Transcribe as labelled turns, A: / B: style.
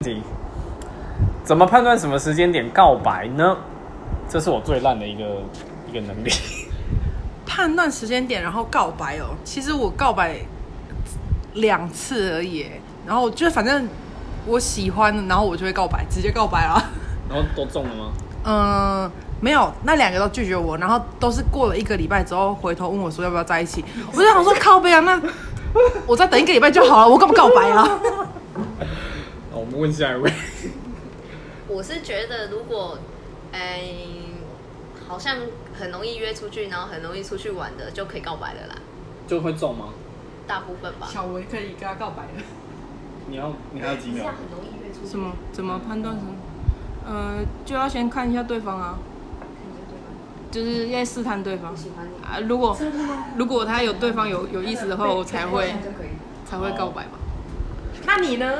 A: 题，怎么判断什么时间点告白呢？这是我最烂的一个一个能力。
B: 判断时间点，然后告白哦。其实我告白两次而已耶，然后我就反正我喜欢，然后我就会告白，直接告白啦。
A: 然后都中了吗？
B: 嗯，没有，那两个都拒绝我，然后都是过了一个礼拜之后回头问我说要不要在一起，我就想说靠背啊，那我再等一个礼拜就好了，我干嘛告白 啊？
A: 好，哦我们问下一位。
C: 我是觉得如果，哎、好像很容易约出去，然后很容易出去玩的，就可以告白了啦，
A: 就会中吗？
C: 大部分吧。
B: 小维可以跟他告白了。
A: 你要你还有几秒？
C: 很容易约出去
B: 什么？怎么判断什么？呃，就要先看一下对方啊，就是要试探对方。
C: 喜欢你
B: 啊，如果如果他有对方有有意思的话，我才会才会告白吧。
D: 那你呢？